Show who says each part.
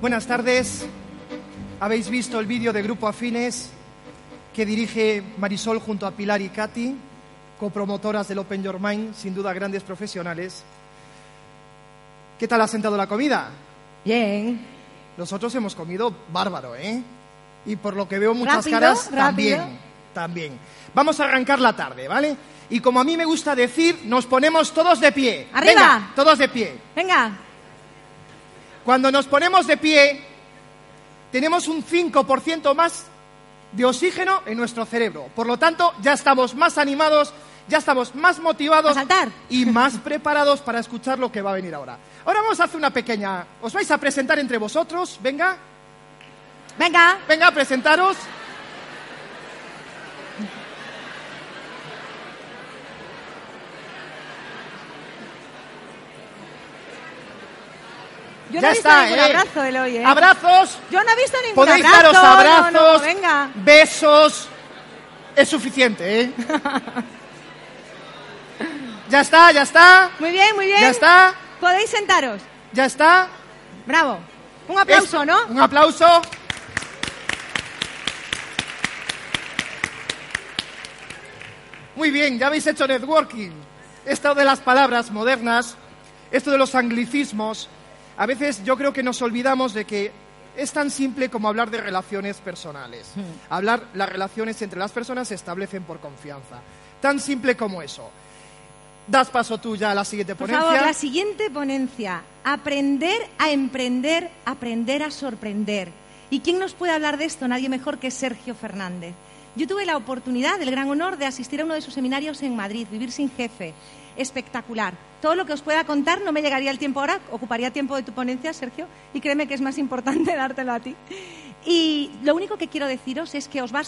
Speaker 1: Buenas tardes. Habéis visto el vídeo de Grupo Afines que dirige Marisol junto a Pilar y Katy, copromotoras del Open Your Mind, sin duda grandes profesionales. ¿Qué tal ha sentado la comida?
Speaker 2: Bien.
Speaker 1: Nosotros hemos comido bárbaro, ¿eh? Y por lo que veo muchas
Speaker 2: Rápido,
Speaker 1: caras
Speaker 2: rápido.
Speaker 1: también, también. Vamos a arrancar la tarde, ¿vale? Y como a mí me gusta decir, nos ponemos todos de pie.
Speaker 2: ¡Arriba!
Speaker 1: Venga, todos de pie.
Speaker 2: Venga,
Speaker 1: Cuando nos ponemos de pie, tenemos un 5% más de oxígeno en nuestro cerebro. Por lo tanto, ya estamos más animados, ya estamos más motivados
Speaker 2: A saltar.
Speaker 1: y más preparados para escuchar lo que va a venir ahora. Ahora vamos a hacer una pequeña... Os vais a presentar entre vosotros, venga,
Speaker 2: venga.
Speaker 1: venga, presentaros. ya
Speaker 2: Yo no he visto
Speaker 1: está,
Speaker 2: ningún
Speaker 1: ¿eh?
Speaker 2: abrazo, Eloy, ¿eh?
Speaker 1: Abrazos,
Speaker 2: Yo no he visto ningún
Speaker 1: podéis
Speaker 2: abrazo.
Speaker 1: daros abrazos,
Speaker 2: No, no, venga.
Speaker 1: besos. Es suficiente, ¿eh? ya está, ya está.
Speaker 2: Muy bien, muy bien.
Speaker 1: Ya está,
Speaker 2: Podéis sentaros.
Speaker 1: ya está.
Speaker 2: Bravo. Un aplauso,
Speaker 1: Es-
Speaker 2: ¿no?
Speaker 1: Un aplauso. Muy bien, ya habéis hecho networking. Esto de las palabras modernas, esto de los anglicismos, a veces yo creo que nos olvidamos de que es tan simple como hablar de relaciones personales. Hablar las relaciones entre las personas se establecen por confianza. Tan simple como eso. Das paso tú ya a la siguiente
Speaker 2: Por
Speaker 1: ponencia.
Speaker 2: favor, la siguiente ponencia. Aprender a emprender, aprender a sorprender. ¿Y quién nos puede hablar de esto? Nadie mejor que Sergio Fernández. Yo tuve la oportunidad, el gran honor de asistir a uno de sus seminarios en Madrid, Vivir sin Jefe. Espectacular. Todo lo que os pueda contar no me llegaría el tiempo ahora, ocuparía tiempo de tu ponencia, Sergio, y créeme que es más importante dártelo a ti. Y lo único que quiero deciros es que os va a